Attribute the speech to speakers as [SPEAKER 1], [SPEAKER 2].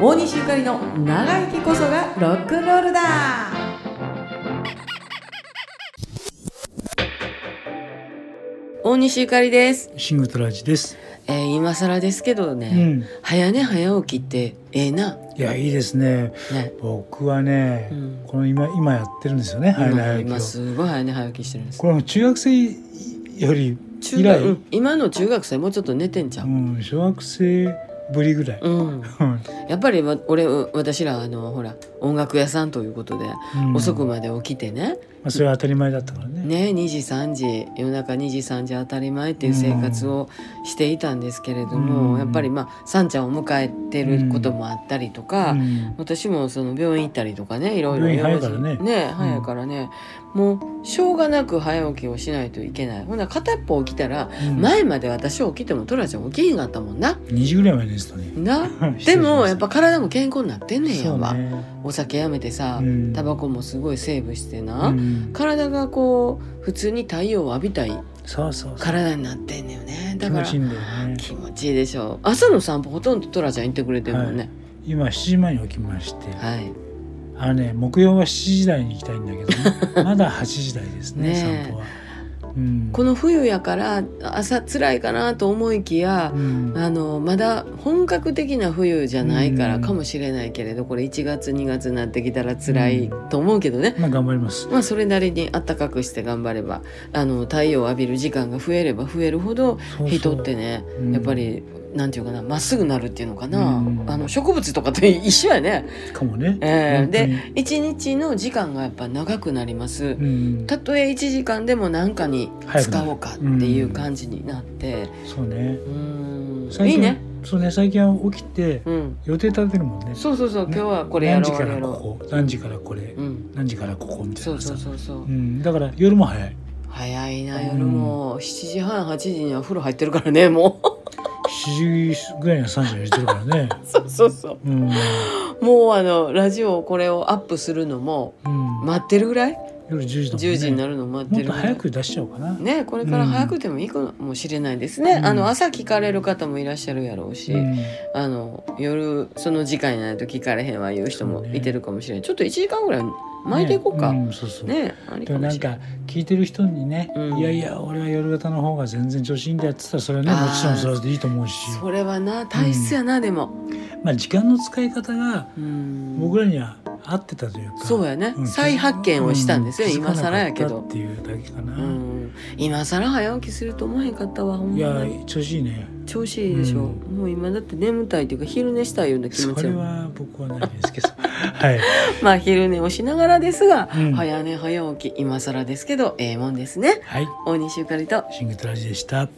[SPEAKER 1] 大西ゆかりの長生きこそがロックンロールだ
[SPEAKER 2] 大西ゆかりです、
[SPEAKER 3] シングトラジです。
[SPEAKER 2] えー、今更ですけど
[SPEAKER 3] う
[SPEAKER 2] ね、
[SPEAKER 3] ん。
[SPEAKER 2] 早寝早起きってええない
[SPEAKER 3] や、いいですね。
[SPEAKER 2] ね
[SPEAKER 3] 僕はね、
[SPEAKER 2] うん
[SPEAKER 3] この今、今やってるんですよね。早い
[SPEAKER 2] 今
[SPEAKER 3] 早い
[SPEAKER 2] 今すごい早寝早起きしてるんです
[SPEAKER 3] これはもう中学生より、
[SPEAKER 2] 中
[SPEAKER 3] 以来
[SPEAKER 2] 学、うん今の中学生もうちょっと寝てんちゃ
[SPEAKER 3] う
[SPEAKER 2] う、
[SPEAKER 3] ん、小学生ぶりぐらい。
[SPEAKER 2] うん、
[SPEAKER 3] うん
[SPEAKER 2] やっぱりわ俺う私らあのほら音楽屋さんということで、
[SPEAKER 3] うん
[SPEAKER 2] 遅くまで起きてね
[SPEAKER 3] まあ、それは当たり前だったからね。
[SPEAKER 2] ね2時3時夜中2時3時当たり前っていう生活をしていたんですけれども、
[SPEAKER 3] うん
[SPEAKER 2] やっぱりまあさんちゃんを迎えてることもあったりとか、
[SPEAKER 3] うん
[SPEAKER 2] 私もその病院行ったりとかねいろいろ
[SPEAKER 3] 病院早い
[SPEAKER 2] 用事
[SPEAKER 3] からね
[SPEAKER 2] 早いからね、もうしょうがなく早起きをしないといけないほんなら片っぽ起きたら、
[SPEAKER 3] うん
[SPEAKER 2] 前まで私起きてもトラちゃん起きへんかったもんな
[SPEAKER 3] 2時ぐらいまで寝てたね。
[SPEAKER 2] な
[SPEAKER 3] 失礼
[SPEAKER 2] で
[SPEAKER 3] しました
[SPEAKER 2] もやっぱ体も健康になってんねんや
[SPEAKER 3] そうん
[SPEAKER 2] わ、
[SPEAKER 3] ね。
[SPEAKER 2] お酒やめてさ、
[SPEAKER 3] うん
[SPEAKER 2] タバコもすごいセーブしてな、
[SPEAKER 3] うん
[SPEAKER 2] 体がこう普通に太陽を浴びたい
[SPEAKER 3] そうそうそう。
[SPEAKER 2] 体になってんのよね
[SPEAKER 3] 気
[SPEAKER 2] だか
[SPEAKER 3] 持
[SPEAKER 2] ら
[SPEAKER 3] ちいいんだよね。
[SPEAKER 2] 気持ちいいでしょ朝の散歩ほとんどトラちゃん行ってくれてるもんね
[SPEAKER 3] 今7時前に起きまして、
[SPEAKER 2] はい、
[SPEAKER 3] あのね、木曜は7時台に行きたいんだけど、 ね、まだ8時台ですね、
[SPEAKER 2] ねえ
[SPEAKER 3] 散歩は。うん
[SPEAKER 2] この冬やから朝辛いかなと思いきや、
[SPEAKER 3] うん
[SPEAKER 2] あのまだ本格的な冬じゃないから
[SPEAKER 3] うん
[SPEAKER 2] かもしれないけれどこれ1月2月になってきたら辛いと思うけどね、
[SPEAKER 3] まあ頑張ります。
[SPEAKER 2] まあそれなりに暖かくして頑張ればあの太陽を浴びる時間が増えれば増えるほど
[SPEAKER 3] そうそう
[SPEAKER 2] 人ってね
[SPEAKER 3] うん
[SPEAKER 2] やっぱりなんていうかなまっすぐなるっていうのかな、
[SPEAKER 3] うん
[SPEAKER 2] あの植物とかと一緒やね、
[SPEAKER 3] かもね。
[SPEAKER 2] えー
[SPEAKER 3] 本当に
[SPEAKER 2] で一日の時間がやっぱ長くなります、
[SPEAKER 3] うん、
[SPEAKER 2] たとえ1時間でも何かに使おうかっていう感じになって
[SPEAKER 3] そうね。
[SPEAKER 2] うん
[SPEAKER 3] 最
[SPEAKER 2] い
[SPEAKER 3] 近
[SPEAKER 2] いね、
[SPEAKER 3] そうね、最近は起きて
[SPEAKER 2] うん、
[SPEAKER 3] 予定立てるもんね。
[SPEAKER 2] そうそうそう、
[SPEAKER 3] ね
[SPEAKER 2] 今日はこれやろ
[SPEAKER 3] 何時
[SPEAKER 2] う
[SPEAKER 3] か
[SPEAKER 2] や
[SPEAKER 3] ら
[SPEAKER 2] ろ
[SPEAKER 3] ここ、何時からこれ
[SPEAKER 2] う、、うん、
[SPEAKER 3] 何時からここみたい
[SPEAKER 2] そ
[SPEAKER 3] な
[SPEAKER 2] う
[SPEAKER 3] さ。
[SPEAKER 2] そうそうそう
[SPEAKER 3] うん、だから夜も早い。
[SPEAKER 2] 早いな
[SPEAKER 3] うん
[SPEAKER 2] 夜も7時半8時には風呂入ってるからねも
[SPEAKER 3] 7時ぐらいには3時には入れてるから ね。
[SPEAKER 2] う そうそうそう
[SPEAKER 3] うん。
[SPEAKER 2] もうあのラジオこれをアップするのも
[SPEAKER 3] うん、
[SPEAKER 2] 待ってるぐらい
[SPEAKER 3] 夜10時だもんね。
[SPEAKER 2] 10時になるの待っ
[SPEAKER 3] も
[SPEAKER 2] てる
[SPEAKER 3] っと
[SPEAKER 2] ぐらい
[SPEAKER 3] 早く出しちゃおうかな。
[SPEAKER 2] ねこれから早くてもいいかもしれないですね、
[SPEAKER 3] うん
[SPEAKER 2] あの朝聞かれる方もいらっしゃるやろうし、
[SPEAKER 3] うん
[SPEAKER 2] あの夜その時間になると聞かれへんわいう人も
[SPEAKER 3] そうね
[SPEAKER 2] いてるかもしれない、ちょっと1時間ぐらい巻いていこうか
[SPEAKER 3] ね
[SPEAKER 2] ね,、
[SPEAKER 3] うん、そうそう。
[SPEAKER 2] あり
[SPEAKER 3] で
[SPEAKER 2] か
[SPEAKER 3] も
[SPEAKER 2] も
[SPEAKER 3] なん
[SPEAKER 2] しれない
[SPEAKER 3] か聞いてる人にね、
[SPEAKER 2] うん
[SPEAKER 3] いやいや俺は夜型の方が全然調子いいんだよって言ったらそれはねもちろんそれでいいと思うし
[SPEAKER 2] それはな体質やな、でも、
[SPEAKER 3] まあ時間の使い方が
[SPEAKER 2] うん、
[SPEAKER 3] 僕らには合ってたというか、
[SPEAKER 2] そうやね、
[SPEAKER 3] うん
[SPEAKER 2] 再発見をしたんですよ、
[SPEAKER 3] う
[SPEAKER 2] 今更やけど
[SPEAKER 3] 気づかなかったっていうだけかな、
[SPEAKER 2] うん、今更早起きすると思わへんかったわほん
[SPEAKER 3] い
[SPEAKER 2] ま
[SPEAKER 3] や
[SPEAKER 2] に
[SPEAKER 3] 調子いいね
[SPEAKER 2] 調子いいでしょ、
[SPEAKER 3] う
[SPEAKER 2] もう今だって眠たいというか昼寝したいような気持
[SPEAKER 3] そ
[SPEAKER 2] ち
[SPEAKER 3] れ
[SPEAKER 2] やもん
[SPEAKER 3] は僕はないです けどはい
[SPEAKER 2] まあ昼寝をしながらですが、
[SPEAKER 3] うん
[SPEAKER 2] 早寝早起き今更ですけどええもんですね
[SPEAKER 3] はい
[SPEAKER 2] 大西ゆかりと
[SPEAKER 3] シングトラジでした